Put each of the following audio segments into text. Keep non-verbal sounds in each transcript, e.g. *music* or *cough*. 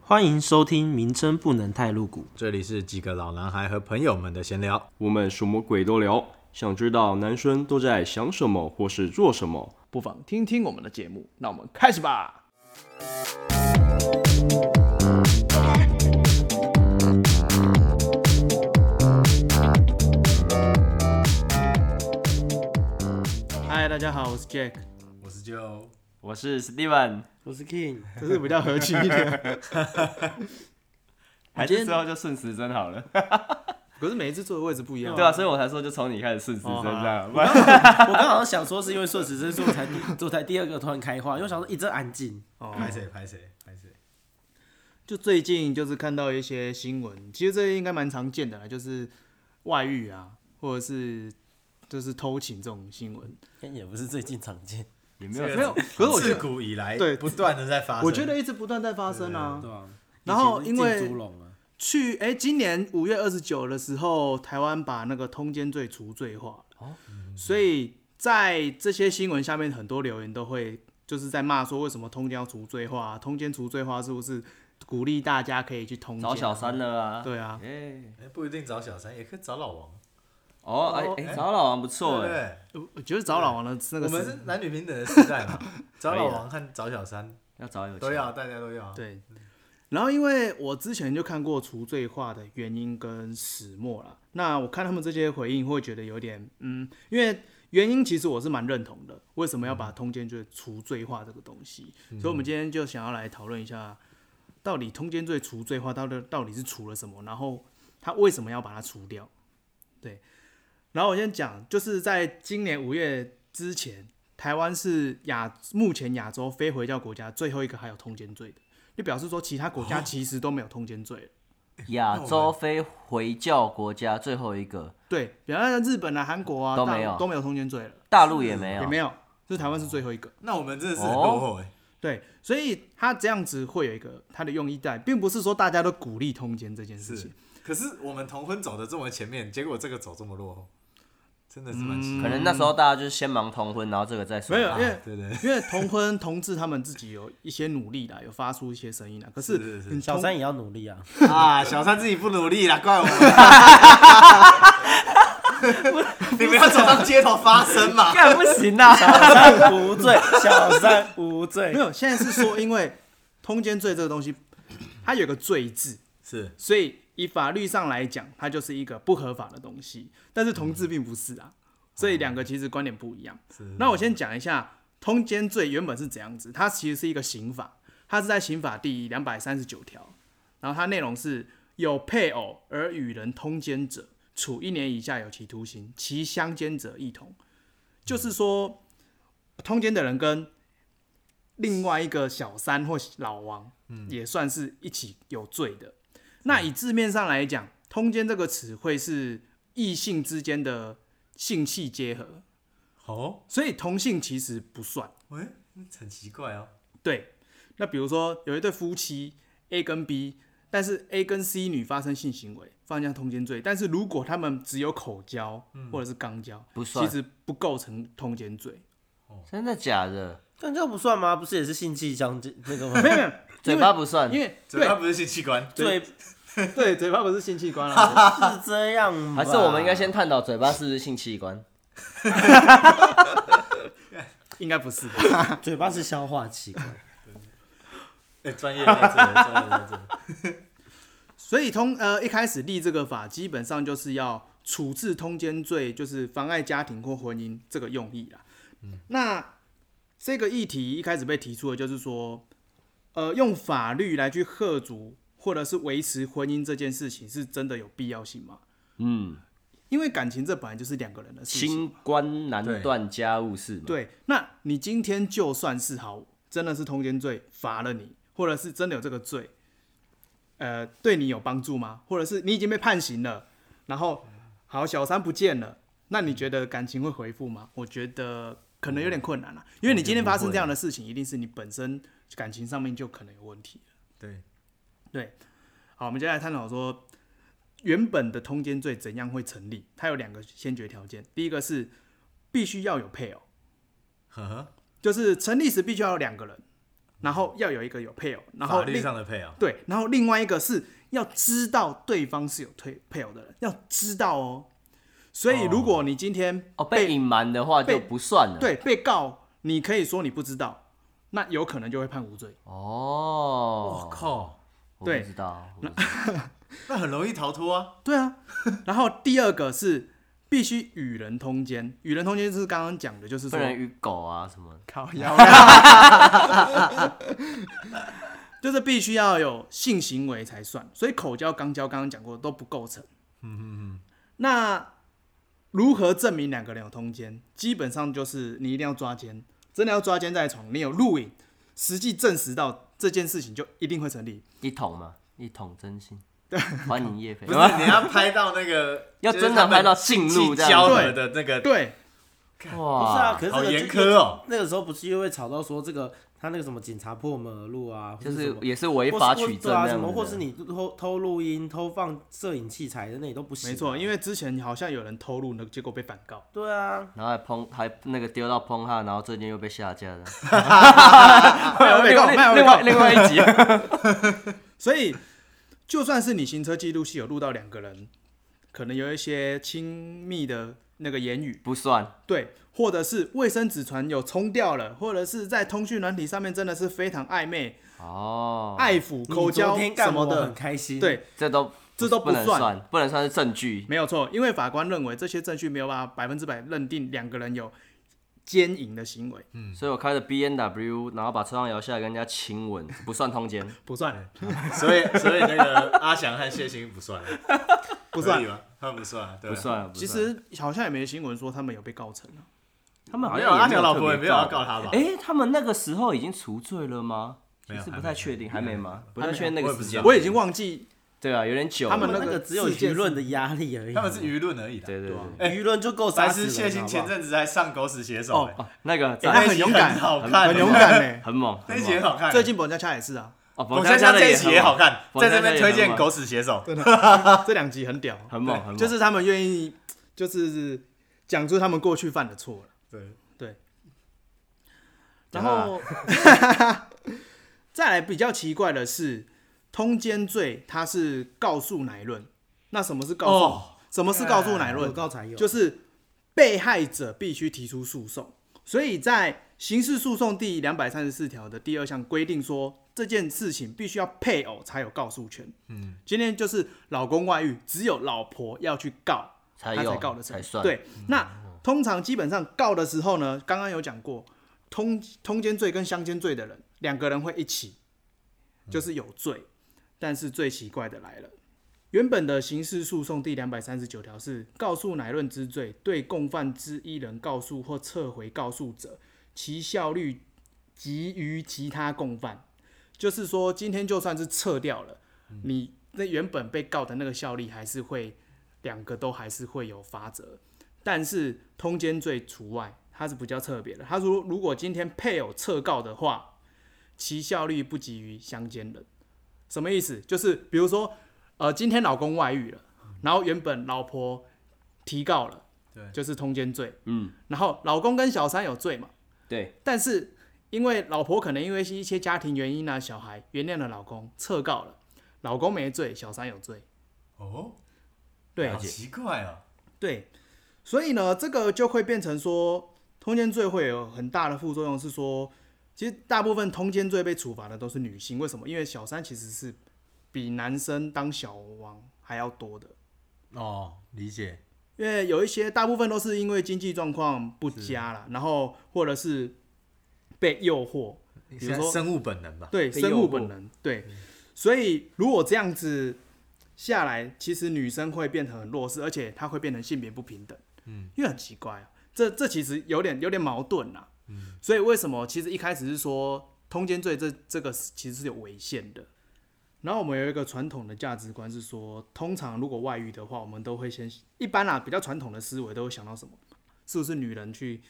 欢迎收听，名称不能太露骨。这里是几个老男孩和朋友们的闲聊。我们什么鬼都聊，想知道男生都在想什么或是做什么。不妨听听我们的节目。那我们开始 *laughs* 吧。嗨，大家好，我是 Jack，我是就我是 Steven，我是 King，这是比较合群一点。还是之后就顺时针好了。 *laughs* 可是每一次坐的位置不一 *laughs* 样、对啊，所以我才说就从你开始顺时针这样。不然我刚好想说是因为顺时针，所以我才第我 *laughs* 才第二个突然开话，因为我想说一直安静。拍谁拍谁拍谁，就最近就是看到一些新闻，其实这应该蛮常见的啦，就是外遇啊，或者是就是偷情这种新闻。也不是最近常见，也没有这没个有，可是我自觉得，古以来对不断的在发生。我觉得一直不断在发生啊。啊。然后因为猪笼啊，去哎、今年五月二十九的时候，台湾把那个通奸罪除罪化哦所以在这些新闻下面很多留言都会就是在骂说，为什么通奸要除罪化、啊通奸除罪化是不是鼓励大家可以去通奸？找小三了啊。对啊，哎，哎不一定找小三，也可以找老王。哦，哎哎，找老王不错对不哎。对，我我觉得找老王的那我个们是是男女平等的时代 *laughs* 嘛，找老王和找小三要找有都钱。要，大家都要。对。然后因为我之前就看过除罪化的原因跟始末了，那我看他们这些回应会觉得有点嗯，因为原因其实我是蛮认同的，为什么要把通奸罪除罪化这个东西？所以我们今天就想要来讨论一下，到底通奸罪除罪化到底到底是除了什么，然后他为什么要把它除掉？对，然后我先讲，就是在今年五月之前，台湾是亚目前亚洲非回教国家最后一个还有通奸罪的，就表示说其他国哦家其实都没有通奸罪了。亚洲非回教国家最后一个，对，比方像日本啊、韩国啊都大陆没有都没有通奸罪了，大陆也没有，也没有，就是台湾是最后一个。那我们真的是很落后哎。对，所以他这样子会有一个他的用意在，并不是说大家都鼓励通奸这件事情。可是我们同婚走的这么前面，结果这个走这么落后，真的是蛮奇怪。啊可能那时候大家就是先忙同婚，然后这个再说。没有，因为对 *laughs* 对，因为同婚同志他们自己有一些努力啦，有发出一些声音啦。啊可是是是你小同三也要努力啊。对啊，小三自己不努力啦，怪我 *laughs* 们。你们要走上街头发声嘛？干不行啊！小三无罪，小三无罪没。有，现在是说因为通奸罪这个东西，它有个罪字，是所以以法律上来讲，它就是一个不合法的东西。但是同志并不是啊，所以两个其实观点不一样。那我先讲一下通奸罪原本是怎样子，它其实是一个刑法，它是在刑法第两百三十九条，然后它内容是有配偶而与人通奸者，处一年以下有期徒刑，其相奸者一同。就是说，通奸的人跟另外一个小三或老王，也算是一起有罪的。那以字面上来讲，“通奸”这个词汇是异性之间的性器结合，哦，所以同性其实不算。喂，很奇怪哦。对，那比如说有一对夫妻 A 跟 B，但是 A 跟 C 女发生性行为，犯下通奸罪。但是如果他们只有口交或者是肛交，嗯不算其实不构成通奸罪。真的假的？但这不算吗？不是也是性器相近那个吗？没有没有，嘴巴不算因，为嘴对巴不是性器官，对，是对，嘴巴不是性器官啊 *laughs* 啦。这样吧。还是我们应该先探讨嘴巴是不是性器官？应该不是吧。嘴巴是消化器官。哎，专业在这里，专业在这里。所以通呃一开始立这个法，基本上就是要处置通奸罪，就是妨碍家庭或婚姻这个用意啦。那这个议题一开始被提出的就是说，呃，用法律来去贺阻或者是维持婚姻这件事情，是真的有必要性吗？嗯，因为感情这本来就是两个人的事情。清官难断家务事嘛。对，那你今天就算是好，真的是通奸罪罚了你，或者是真的有这个罪，呃，对你有帮助吗？或者是你已经被判刑了，然后好小三不见了，那你觉得感情会恢复吗？我觉得可能有点困难了、啊因为你今天发生这样的事情，一定是你本身感情上面就可能有问题。 *laughs* 对，好，我们接下来探讨说，原本的通奸罪怎样会成立？它有两个先决条件，第一个是必须要有配偶，呵呵，就是成立时必须要有两个人，然后要有一个有配偶，然后法律另上的配偶，哦对，然后另外一个是要知道对方是有退配偶的人，要知道哦。所以如果你今天哦，被隐瞒的话就被不算了。，对被告，你可以说你不知道，那有可能就会判无罪。哦，我靠，我不对知道，我不知道那很容易逃脱 *laughs* 啊。对啊， *laughs* 然后第二个是必须与人通奸，与人通奸就是刚刚讲的，就是不说能与狗啊什么的。靠腰， *laughs* 就是必须要有性行为才算，所以口交、肛交刚刚讲过都不构成。嗯嗯嗯。那如何证明两个人有通奸？基本上就是你一定要抓奸，真的要抓奸在床，你有录影，实际证实到这件事情就一定会成立。一桶嘛，一桶真心，欢迎叶飞不。是，你啊要拍到那 *laughs* 个，要就是真的他们拍到进入这样交子了的那个，对，不是啊，哇，可是这好个就严苛哦。那个时候不是因为吵到说这个他那个什么警察破门而入啊，或就什是么也是违法或是取对证啊，那什样么子或是的。你偷偷录音、偷放摄影器材的那也都不行啊。没错，因为为之前好像有人偷录，那个结果被反告。对啊，然后还碰还那个丢到碰哈，然后最近又被下架 *laughs* 了。卖被另告，外卖被另告外。另外一集，啊所以，就算是你行车记录器有录到两个人，可能有一些亲密的那个言语，不算，对，或者是卫生纸船有冲掉了，或者是在通讯软体上面真的是非常暧昧、哦，哎爱抚、你口交昨天干什么我很的，开心。，对，这都这都不能算，算，不能算是证据。没有错，因为法官认为这些证据没有办法百分之百认定两个人有奸淫的行为，嗯所以我开着 B N W，然后把车窗摇下来跟人家亲吻，不算通奸。不算， *laughs* 所以，所以那个阿翔和谢欣不算，不算哎可以。吗？他 *laughs* 们不算， *laughs* 对不。算，不算其实好像也没新闻说他们有被告成啊他们好没像有，阿没翔老特婆别也没有要告他吧？哎、他们那个时候已经除罪了吗？没其有实还不没太确定，还没吗？不太确定那我个也不时知间道。我已经忘记对啊，有点久了。他他们们那那个个只有事件舆是论的压力而已。他们是舆论而已的。对对对，哎舆论就够杀白死是谢人了欣好不前好？阵子还上狗屎写手哦欸，那个欸赞那很勇那一敢集很好看，很勇敢哎呢。很猛， *laughs* 那很一猛集很好看。最近本家恰也是啊，哦，我冯现在家这一集也好啊看，看，冯在家这边也推很荐猛狗屎写手。哎这两集很屌，啊很猛，很猛，就是他们愿意，就是讲出他们过去犯的错了。对，然后再来比较奇怪的是，通奸罪它是告诉乃论。那什么是告诉？哦什么是告诉乃论有？告才有，就是被害者必须提出诉讼。所以在刑事诉讼第两百三十四条的第二项规定说，这件事情必须要配偶才有告诉权。嗯，今天就是老公外遇，只有老婆要去告，才他有才告得成才算。，对，那通常基本上告的时候呢，刚刚有讲过，通通奸罪跟相奸罪的人，两个人会一起，嗯就是有罪。但是最奇怪的来了，原本的刑事诉讼第两百三十九条是告诉乃论之罪，对共犯之一人告诉或撤回告诉者，其效率及于其他共犯。就是说，今天就算是撤掉了，嗯你那原本被告的那个效力还是会两个都还是会有罚则，但是通奸罪除外，它是比较特别的。他说，如果今天配偶撤告的话，其效力不及于相奸人。什么意思？就是比如说，呃，今天老公外遇了，然后原本老婆提告了，对就是通奸罪。嗯，然后老公跟小三有罪嘛，对，但是因为老婆可能因为是一些家庭原因啊，小孩原谅了老公，撤告了，老公没罪，小三有罪。哦，对，好奇怪哦。对，所以呢，这个就会变成说，通奸罪会有很大的副作用，是说，其实大部分通奸罪被处罚的都是女性，为什么？因为小三其实是比男生当小王还要多的，哦，理解。因为有一些大部分都是因为经济状况不佳啦，然后或者是被诱惑，比比如说生物本能吧。对，被生诱物惑本能，对。所以如果这样子下来，其实女生会变得很弱势，而且她会变成性别不平等。嗯，因为很奇怪啊，这这其实有点有点矛盾啦。嗯，所以为什么其实一开始是说通奸罪这这个是其实是有违宪的。然后我们有一个传统的价值观是说，通常如果外遇的话，我们都会先一般啊，比较传统的思维都会想到什么？是不是女人去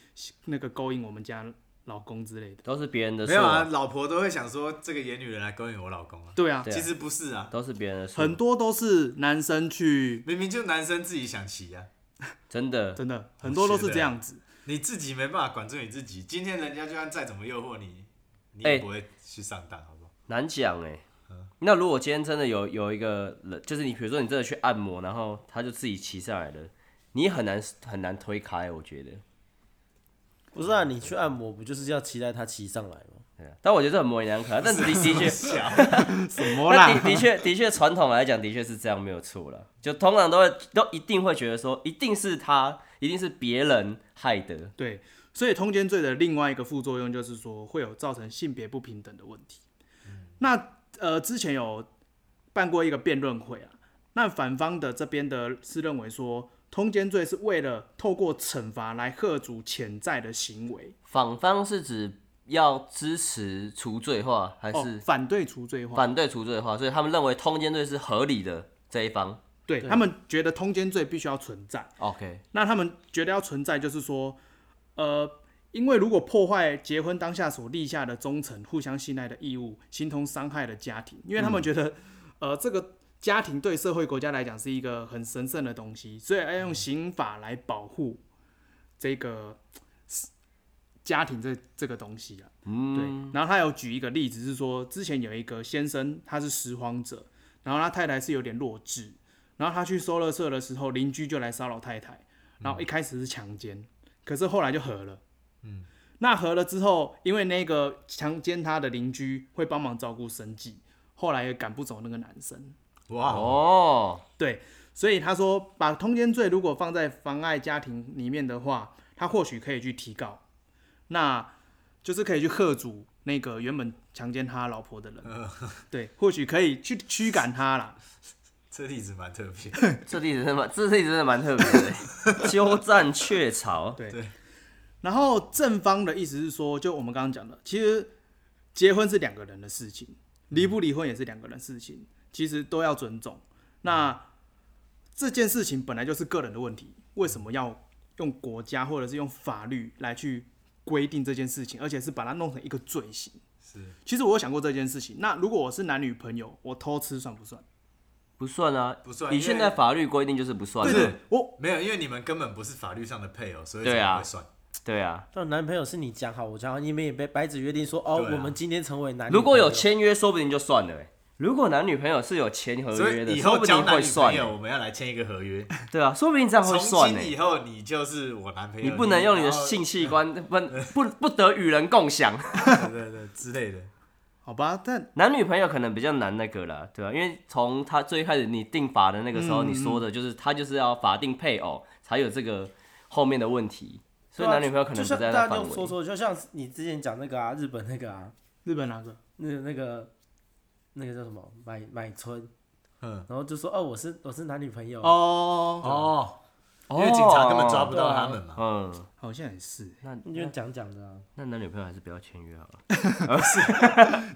那个勾引我们家老公之类的？都是别人的没错，有啊，老婆都会想说这个野女人来勾引我老公啊。对啊，对啊其实不是啊，都是别人的错，很多都是男生去，明明就男生自己想骑啊，真的真的很多都是这样子。你自己没办法管住你自己。今天人家就算再怎么诱惑你，你也不会去上当，好不好？难讲哎、那如果今天真的有有一个人，就是你比如说你真的去按摩，然后他就自己骑上来了，你也很难很难推开，我觉得。不是啊，你去按摩不就是要期待他骑上来吗？对啊，但我觉得这很模棱两可啊，但的的确， *laughs* 什么那啦？的的确的确传统来讲的确是这样没有错了，就通常都会都一定会觉得说，一定是他，一定是别人害的，对，所以通奸罪的另外一个副作用就是说会有造成性别不平等的问题。嗯那呃，之前有办过一个辩论会啊，那反方的这边的是认为说，通奸罪是为了透过惩罚来贺阻潜在的行为，反方是指要支持除罪化还哦是反对除罪化，反对除罪化，所以他们认为通奸罪是合理的这一方。对他们觉得通奸罪必须要存在。 OK，那他们觉得要存在，就是说，呃，因为如果破坏结婚当下所立下的忠诚、互相信赖的义务，形同伤害了家庭，因为他们觉得，呃，这个家庭对社会国家来讲是一个很神圣的东西，所以要用刑法来保护这个家庭这这个东西啊。嗯，对，然后他有举一个例子是说，之前有一个先生他是拾荒者，然后他太太是有点弱智，然后他去收垃圾的时候，邻居就来骚扰太太，然后一开始是强奸，可是后来就和了。嗯，那和了之后，因为那个强奸他的邻居会帮忙照顾生计，后来也赶不走那个男生。哇，哦，对，所以他说，把通奸罪如果放在妨碍家庭里面的话，他或许可以去提告，那就是可以去喝阻那个原本强奸他老婆的人，对，或许可以去驱赶他啦。这例子蛮特别。这例子真的蛮，这例子真的欸蛮特别 *laughs* 的，鸠占鹊巢。对对然后正方的意思是说，就我们刚刚讲的，其实结婚是两个人的事情，离不离婚也是两个人的事情，其实都要尊重。那这件事情本来就是个人的问题，为什么要用国家或者是用法律来去规定这件事情，而且是把它弄成一个罪行？是，其实我有想过这件事情。那如果我是男女朋友，我偷吃算不算？不算啊，不算以因为现在法律规定就是不算不的。是我没有，因为你们根本不是法律上的配偶，所以对才啊会算。对啊，但男朋友是你讲好，我讲好，你们也白白纸约定说，哦，对啊我们今天成为男女朋友。啊如果有签约，说不定就算了欸、如果男女朋友是有签合所约以的，以说后不交定男会女算朋欸、友，我们要来签一个合约，对啊，说不定这样会从算今呢、以后你就是我男朋友，你不能用你的然后性器官，不不不得与人共享。对对对之类的。好吧，但男女朋友可能比较难那个啦，对吧、啊因为从他最开始你定法的那个时嗯候，你说的就是他就是要法定配偶才有这个后面的问题，所对以啊，男女朋友可能就不像在大家那范就说围。说，就像你之前讲那个啊，日本那个啊，日本哪个？那那个那个叫什么买买春，嗯，然后就说哦，我是我是男女朋友，哦，哦，因为警察根本抓不到他们嘛。嗯，好像也是。那你就讲讲的啊。那男女朋友还是不要签约好了。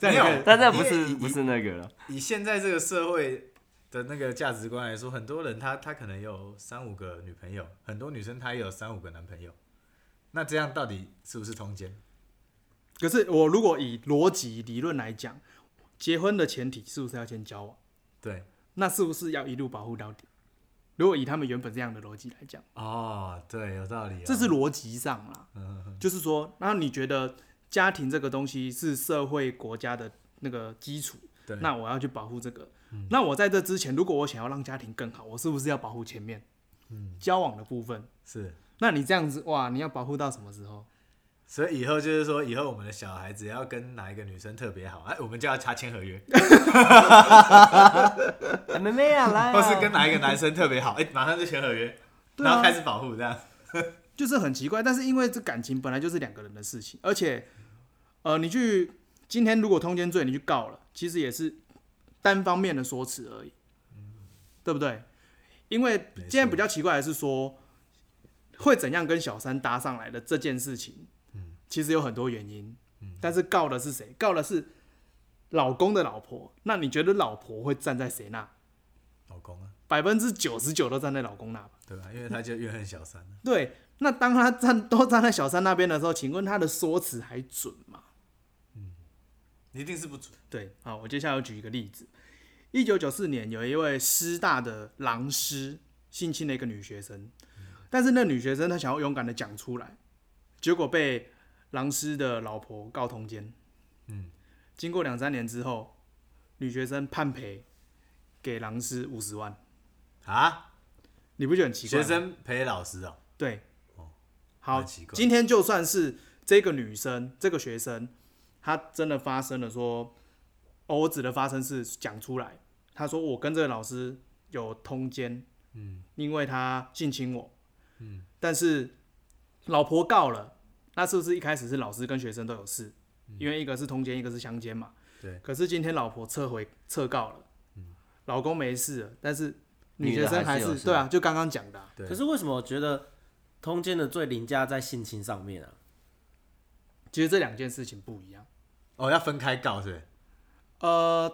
没没有有， *laughs* 但这因不为是以不是那个了。以现在这个社会的那个价值观来说，很多人他他可能有三五个女朋友，很多女生她也有三五个男朋友。那这样到底是不是通奸？可是我如果以逻辑理论来讲，结婚的前提是不是要先交往？对，那是不是要一路保护到底？如果以他们原本这样的逻辑来讲，哦，对，有道理、这是逻辑上啦，就是说，那你觉得家庭这个东西是社会国家的那个基础对，嗯那我要去保护这个。那我在这之前，如果我想要让家庭更好，我是不是要保护前面嗯交往的部分？是，那你这样子哇，你要保护到什么时候？所以以后就是说，以后我们的小孩子要跟哪一个女生特别好，哎，我们就要他签合约，哎妹妹啊，来或是跟哪一个男生特别好，哎，马上就签合约，对啊然后开始保护这样。就是很奇怪。但是因为这感情本来就是两个人的事情，而且，呃，你去今天如果通奸罪你去告了，其实也是单方面的说辞而已，对不对？因为没错今天比较奇怪的是说，会怎样跟小三搭上来的这件事情，其实有很多原因，但是告的是谁？告的是老公的老婆。那你觉得老婆会站在谁那？老公啊，百分之九十九都站在老公那吧。对啊吧？因为他就怨恨小三了，对，那当他站都站在小三那边的时候，请问他的说辞还准吗？一定是不准。对，好，我接下来要举一个例子。一九九四年，有一位师大的狼师性侵了一个女学生，但是那女学生她想要勇敢的讲出来，结果被狼师的老婆告通奸。嗯，经过两三年之后，女学生判赔给狼师五十万，啊，你不觉得很奇学怪吗？生陪老师哦、对，好蛮奇，怪今天就算是这个女生，这个学生，她真的发生了说，哦，我指的发生是讲出来，她说我跟这个老师有通奸，嗯，因为他性侵我，嗯，但是老婆告了，那是不是一开始是老师跟学生都有事？因为一个是通奸，一个是强奸嘛。对。可是今天老婆撤回撤告了，老公没事了，但是女女的学生还是有是事对啊，就刚刚讲的啊、对可是为什么我觉得通奸的罪凌驾在性侵上面啊？其实这两件事情不一样。哦，要分开告是不是？呃，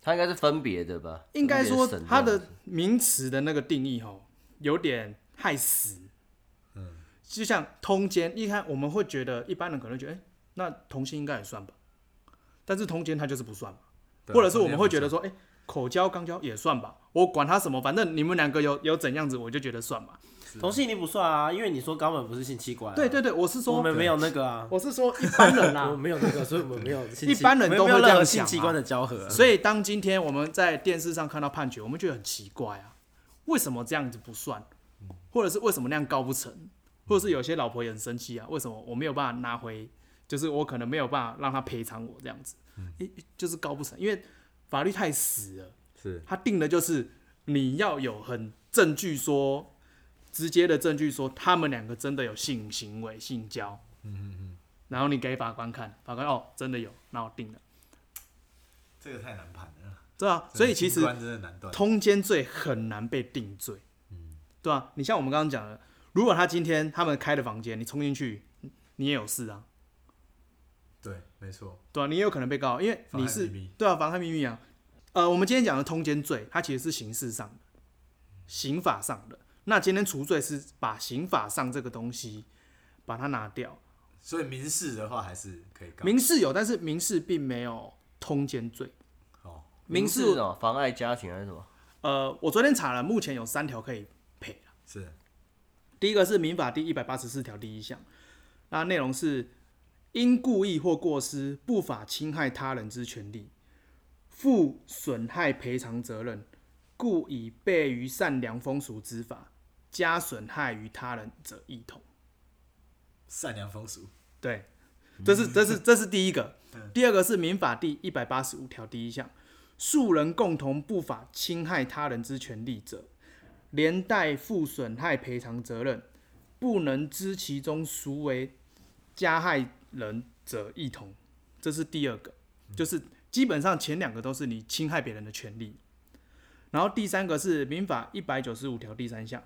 他应该是分别的吧？应该说分别审它这样的名词的那个定义吼，有点害死。嗯，就像通奸，一看我们会觉得一般人可能觉得，哎、那同性应该也算吧，但是通奸它就是不算嘛，对啊或者是我们会觉得说，哎、口交、肛交也算吧，我管他什么，反正你们两个有有怎样子，我就觉得算嘛。同性恋不算啊，因为你说肛门不是性器哎官、啊。对，对对，我是我说，们没有那个啊，我是说 *laughs* 一般人 *laughs* 啦、我们没有那个，所以我们没 *laughs* 有性器。一般人都没有会这任样何性想啊器官的交合啊、所以当今天我们在电视上看到判决，我们觉得很奇怪啊，为什么这样子不算，或者是为什么那样告不成，或者是有些老婆也很生气啊，为什么我没有办法拿回，就是我可能没有办法让他赔偿我这样子，诶就是告不成，因为法律太死了，是他定的就是你要有很证据说。直接的证据说他们两个真的有性行为、性交，嗯嗯嗯，然后你给法官看，法官哦真的有，那我定了，这个太难判了，对啊，所以其实这个清官真的难断。通奸罪很难被定罪，嗯对啊，你像我们刚刚讲的，如果他今天他们开的房间，你冲进去，你也有事啊，对，没错，对啊，你也有可能被告，因为你妨是害秘密对啊，妨害秘密啊。呃，我们今天讲的通奸罪，它其实是刑事上的，刑法上的。那今天除罪是把刑法上这个东西把它拿掉，所以民事的话还是可以告。民事有，但是民事并没有通奸罪。哦，民民事是什么妨碍家庭还是什么？呃，我昨天查了，目前有三条可以赔啦是第一个是民法第一百八十四条第一项，那内容是因故意或过失不法侵害他人之权利，负损害赔偿责任，故以悖于善良风俗之法，加损害于他人者一同。善良风俗。对，这是这是这是第一个。第二个是民法第一百八十五条第一项，数人共同不法侵害他人之权利者，连带负损害赔偿责任，不能知其中孰为加害人者一同。这是第二个，就是基本上前两个都是你侵害别人的权利。然后第三个是民法一百九十五条第三项，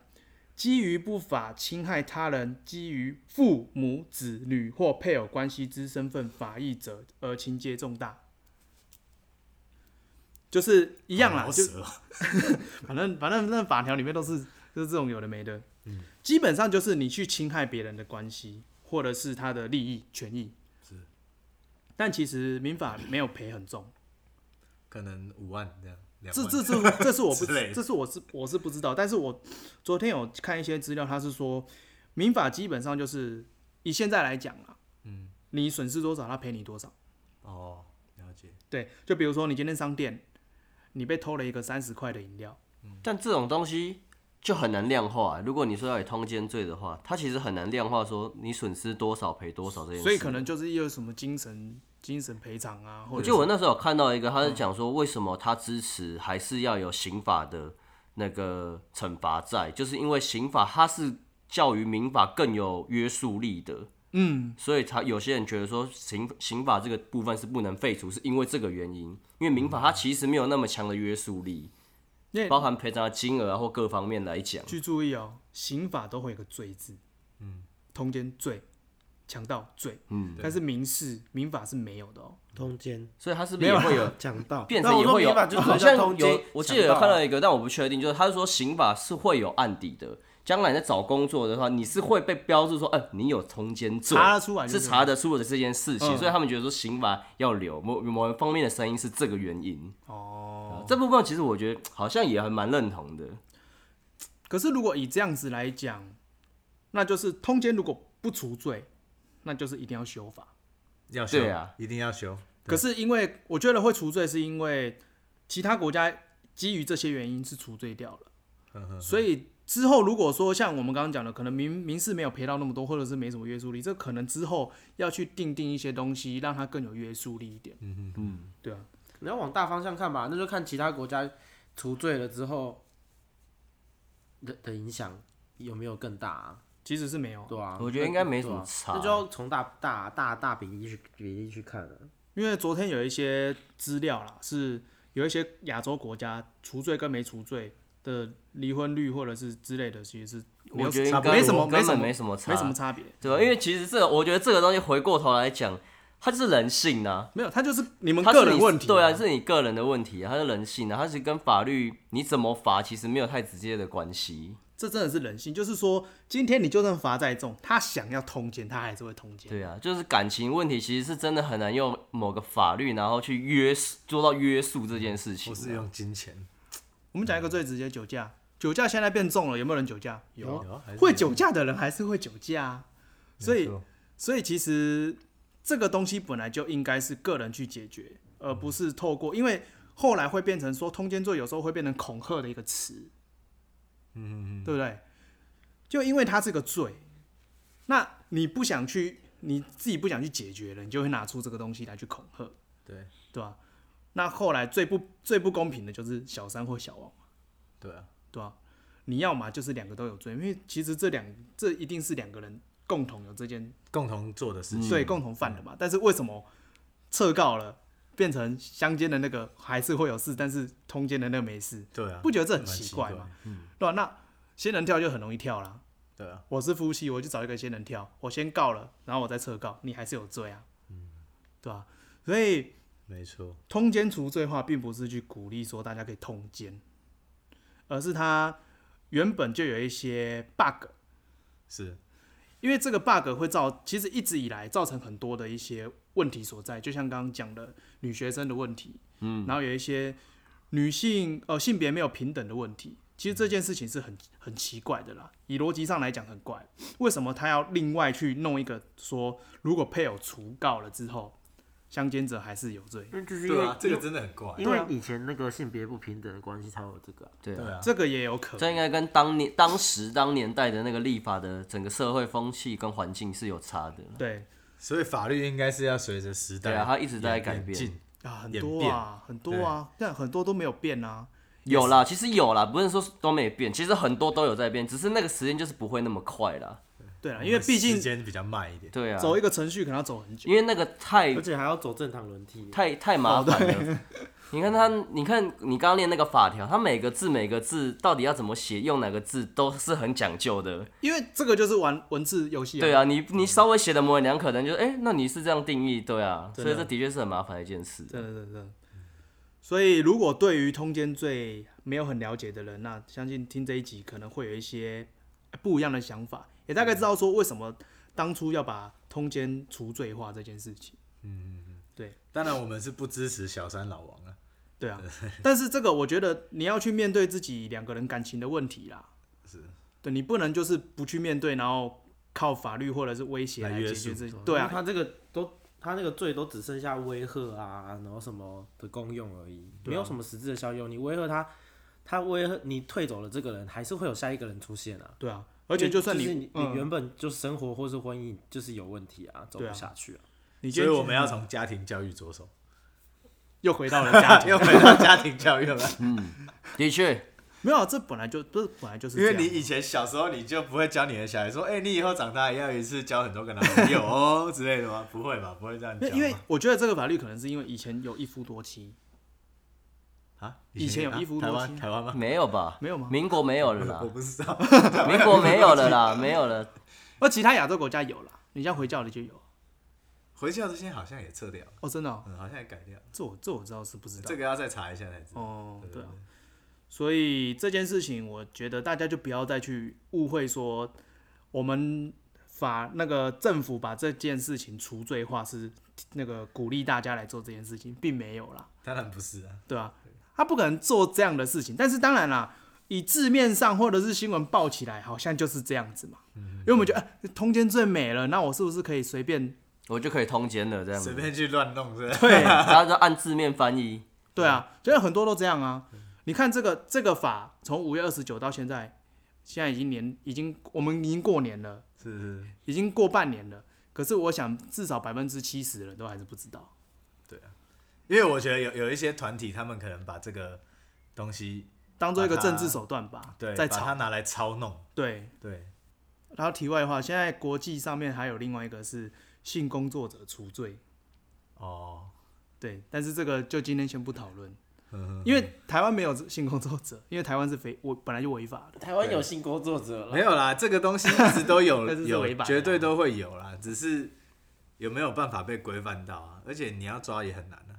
基于不法侵害他人，基于父母、子女或配偶关系之身份法益者而情节重大，就是一样啦，好饶就舌哦反正反正那法条里面都是就是这种有的没的，嗯基本上就是你去侵害别人的关系或者是他的利益权益，是，但其实民法没有赔很重，可能五万这样，两这万这这这是我不之类的这是我是我是不知道，但是我昨天有看一些资料，他是说民法基本上就是以现在来讲啊，嗯，你损失多少，他赔你多少，哦，了解。对，就比如说你今天商店，你被偷了一个三十块的饮料，但这种东西就很难量化、啊如果你说要以通奸罪的话，它其实很难量化说你损失多少赔多少这件事。所以可能就是又有什么精神精神赔偿啊，或我者记得我那时候有看到一个，他嗯是讲说为什么他支持还是要有刑法的那个惩罚在，就是因为刑法它是较于民法更有约束力的。嗯，所以他有些人觉得说刑刑法这个部分是不能废除，是因为这个原因，因为民法它其实没有那么强的约束力，因为包含赔偿的金额啊或各方面来讲，去注意哦，刑法都会有个罪字，嗯，通奸罪、强盗罪，嗯，但是民事民法是没有的哦。通奸所以它是不是也会 *laughs* 有强盗，变啊那成我也说会有，民法就只好能叫像通奸有，我记得有强盗啊看到一个，但我不确定，就是他是说刑法是会有案底的，将来你在找工作的话，你是会被标注说，哎、你有通奸罪，查得出来就是查得出的这件事嗯情，所以他们觉得说刑法要留，某某一方面的声音是这个原因。哦，这部分其实我觉得好像也还蛮认同的，可是如果以这样子来讲，那就是通奸如果不除罪，那就是一定要修法。要修对啊，一定要修。可是因为我觉得会除罪，是因为其他国家基于这些原因是除罪掉了，嗯哼，所以之后如果说像我们刚刚讲的，可能民民事没有赔到那么多，或者是没什么约束力，这可能之后要去定定一些东西，让它更有约束力一点。嗯嗯，对啊，你要往大方向看吧，那就看其他国家除罪了之后的的影响有没有更大、啊，其实是没有啊，对啊，我觉得应该没什么对啊差那就要从大大大大比例去比例去看了。因为昨天有一些资料啦，是有一些亚洲国家除罪跟没除罪的离婚率或者是之类的，其实是没有我觉得应差不该多没什么根什本么没什么差，没什么差别。对吧？因为其实这个，我觉得这个东西回过头来讲，它就是人性呐、没有，他就是你们它个是人你问题、对啊，，是你个人的问题、啊，它是人性啊，它是跟法律你怎么罚其实没有太直接的关系。这真的是人性，就是说，今天你就算罚再重，他想要通奸，他还是会通奸。对啊，就是感情问题，其实是真的很难用某个法律然后去约束做到约束这件事情、啊不是用金钱，我们讲一个最直接，酒驾，酒驾现在变重了，有没有人酒驾？有，有啊还是会有酒驾的人还是会酒驾啊，所以没错所以其实这个东西本来就应该是个人去解决，而不是透过，因为后来会变成说通奸罪有时候会变成恐吓的一个词，嗯嗯嗯，对不对？就因为它是个罪，那你不想去，你自己不想去解决了，你就会拿出这个东西来去恐吓，对对吧、那后来最不最不公平的就是小三或小王。对啊，对啊，你要嘛就是两个都有罪，因为其实这两这一定是两个人共同有这件共同做的事情，罪、共同犯的嘛。但是为什么撤告了，变成相奸的那个还是会有事，但是通奸的那个没事，对啊，不觉得这很蛮奇奇怪怪嗯吗？对吧、啊那仙人跳就很容易跳啦。对啊，我是夫妻，我就找一个仙人跳，我先告了，然后我再撤告，你还是有罪啊，嗯对吧、所以没错，通奸除罪化，并不是去鼓励说大家可以通奸，而是它原本就有一些 bug，是因为这个 bug 会造，其实一直以来造成很多的一些问题所在，就像刚刚讲的女学生的问题，嗯，然后有一些女性呃性别没有平等的问题，其实这件事情是很很奇怪的啦，以逻辑上来讲很怪，为什么他要另外去弄一个说，如果配偶除告了之后，相奸者还是有罪？那就是对啊，这个真的很怪，因为以前那个性别不平等的关系才有这个、对对啊，啊，这个也有可能，这应该跟当年、当时、当年代的那个立法的整个社会风气跟环境是有差的。对所以法律应该是要随着时代对演，啊它一直在改演变进啊，很演多啊，很多啊，但很多都没有变啊。有啦，其实有啦，不是说都没变，其实很多都有在变，只是那个时间就是不会那么快啦。对啊，因为毕时竟间比较慢一点，对啊，走一个程序可能要走很久。因为那个太而且还要走正常轮替。太太麻烦了。 *laughs* 你看他，你看你刚刚念那个法条，他每个字每个字到底要怎么写，用哪个字都是很讲究的。因为这个就是玩文字游戏、啊。对啊，啊，你你稍微写的模棱两可，能就哎、诶那你是这样定义，对啊，所以这的确是很麻烦的一件事。真的真的。所以，如果对于通奸罪没有很了解的人，那相信听这一集可能会有一些呃不一样的想法，也大概知道说为什么当初要把通奸除罪化这件事情。当然我们是不支持小三老王啊，对啊， *laughs* 但是这个我觉得你要去面对自己两个人感情的问题啦。是，对你不能就是不去面对，然后靠法律或者是威胁来来约哦解决这。因对为啊，他这个都他那个罪都只剩下威吓啊，然后什么的功用而已，对啊没有什么实质的效用。你威吓他，他威吓你退走了这个人，还是会有下一个人出现啊。对啊，而且就算你你你嗯原本就是生活或是婚姻就是有问题啊，走对不啊下去啊。你今所天以我们要从家庭教育着手，又回到了 *laughs* 家庭，又回到家庭教育了，的确，没有，啊这本来就这本来就是因这为样啊你以前小时候你就不会教你的小孩说，哎，你以后长大也要一次交很多个男朋友哦之类的吗？不会吧，不会这样因教为因为吧我觉得这个法律可能是因为以前有一夫多妻，啊，以前有啊一夫多台妻湾台湾吗？没有吧？没有吗民国没有了我啦，不知道， *laughs* 民国没有了啦，没有了。而其他亚洲国家有啦，你像回教的就有回教这些好像也撤掉了，哦，真的、哦，嗯，好像也改掉了，这我这我知道是不知道这个要再查一下才知道。哦，对啊，所以这件事情，我觉得大家就不要再去误会说我们法那个政府把这件事情除罪化是那个鼓励大家来做这件事情，并没有啦。当然不是啊，对啊，他不可能做这样的事情。但是当然啦，以字面上或者是新闻嗯哎报起来，好像就是这样子嘛。因为我们觉得、呃、通奸罪没了，那我是不是可以随便我就可以通奸了这嗯样随子。便去乱弄是吧？对，然后就按字面翻译，对啊，嗯所以很多都这样啊。你看这个这个法，从五月二十九到现在，现在已经年已经我们已经过年了，是是，已经过半年了。可是我想，至少百分之七十的人都还是不知道。 *laughs* 因为我觉得有有一些团体，他们可能把这个东西当做一个把它政治手段吧，对在把它炒。拿来操弄，对，对，然后题外话，现在国际上面还有另外一个是性工作者除罪，哦，对，但是这个就今天先不讨论，嗯因为台湾没有性工作者，因为台湾是非我本来就违法的。台湾有性工作者了没，有啦，这个东西一直都 *laughs* 有但是是违有，法的啊绝对都会有啦，只是有没有办法被规范到啊？而且你要抓也很难啊，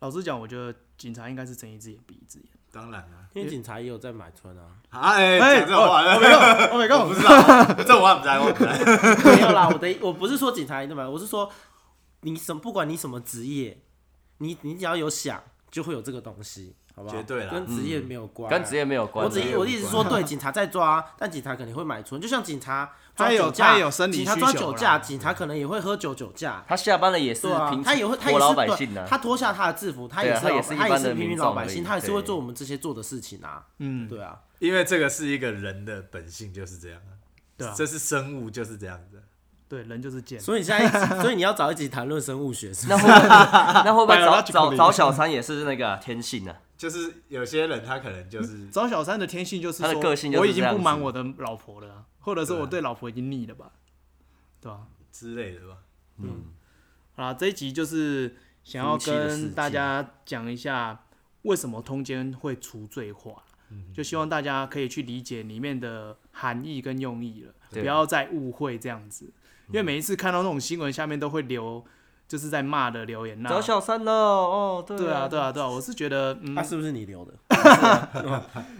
老实讲，我觉得警察应该是睁一只眼闭一只眼。当然啊，因为警察也有在买春啊。啊哎，哎讲这种话，我没有，我没有， *laughs* 我不知道，这种话不在，我不在，没有啦，我的我不是说警察一定买，我是说你什么不管你什么职业，你你只要有想，就会有这个东西，好不好？绝对啦跟职业没有关，跟职业没有关我啊。只我的意思是说，对，警察在抓，但警察肯定会买春，就像警察抓他有酒驾他也有生理警察需抓求酒啦驾，警察可能也会喝酒酒驾，他下班了也是对啊平，他也会，他也活是老百对姓啊。他脱下他的制服，他对也啊是他也老是一他也般是的平民民老众百而已姓，他也是会对做我们这些做的事情啊。嗯，对啊，因为这个是一个人的本性就是这样啊，对啊这是生物就是这样子，对，人就是贱。所以你现在一集，所以你要找一集谈论生物学是不那是？会不会那会不会找 Biologically 找找小三也是那个啊天性啊？就是有些人他可能就是找小三的天性就是他说，的个性就是我已经这样不子满我的老婆了啊、或者是对啊我对老婆已经腻了吧，对吧、之类的吧，好啦，这一集就是想要夫妻的世跟界大家讲一下为什么通奸会除罪化，嗯就希望大家可以去理解里面的含义跟用意了，不对嗯要再误会这样子。因为每一次看到那种新闻，下面都会留就是在骂的留言呐、找小三了哦，对对啊，啊，对啊，对啊，我是觉得，嗯他，是不是你留的？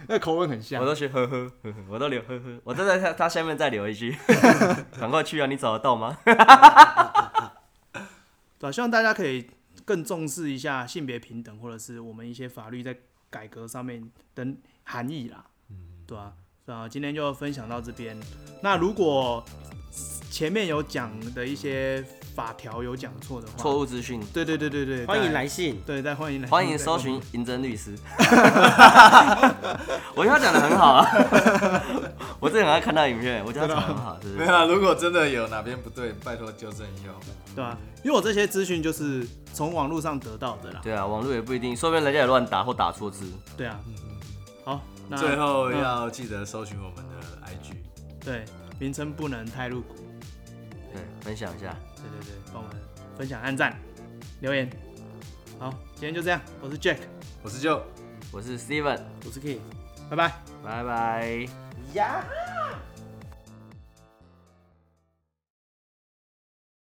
那口吻很像我。都学呵呵呵呵，我都留呵呵，我都在他他下面再留一句， *laughs* 赶快去啊！你找得到吗？对、啊，希望大家可以更重视一下性别平等，或者是我们一些法律在改革上面的含义啦。嗯，对啊，啊，今天就分享到这边。那如果前面有讲的一些法条有讲错的话， *laughs* 错，误资讯，对对对对对，欢迎再，来信，对，再欢迎来，欢迎搜寻银针律师。 *laughs* 我觉得他讲的很好啊， *laughs* 我真的很爱看他影片，我觉得他讲的很好，是 *laughs* 不没是有？啊，如果真的有哪边不对，拜托纠正一下好不好。对啊，因为我这些资讯就是从网络上得到的啦。对啊，网络也不一定，说不定人家也乱打或打错字。对啊，好，嗯那最嗯后要记得搜寻我们的 IG，对名称不能太露骨。对，分享一下，对对对，帮我们分享、按赞、留言。好，今天就这样，我是 Jack，我是就。我是 Steven，我是 K，拜拜。拜拜。呀。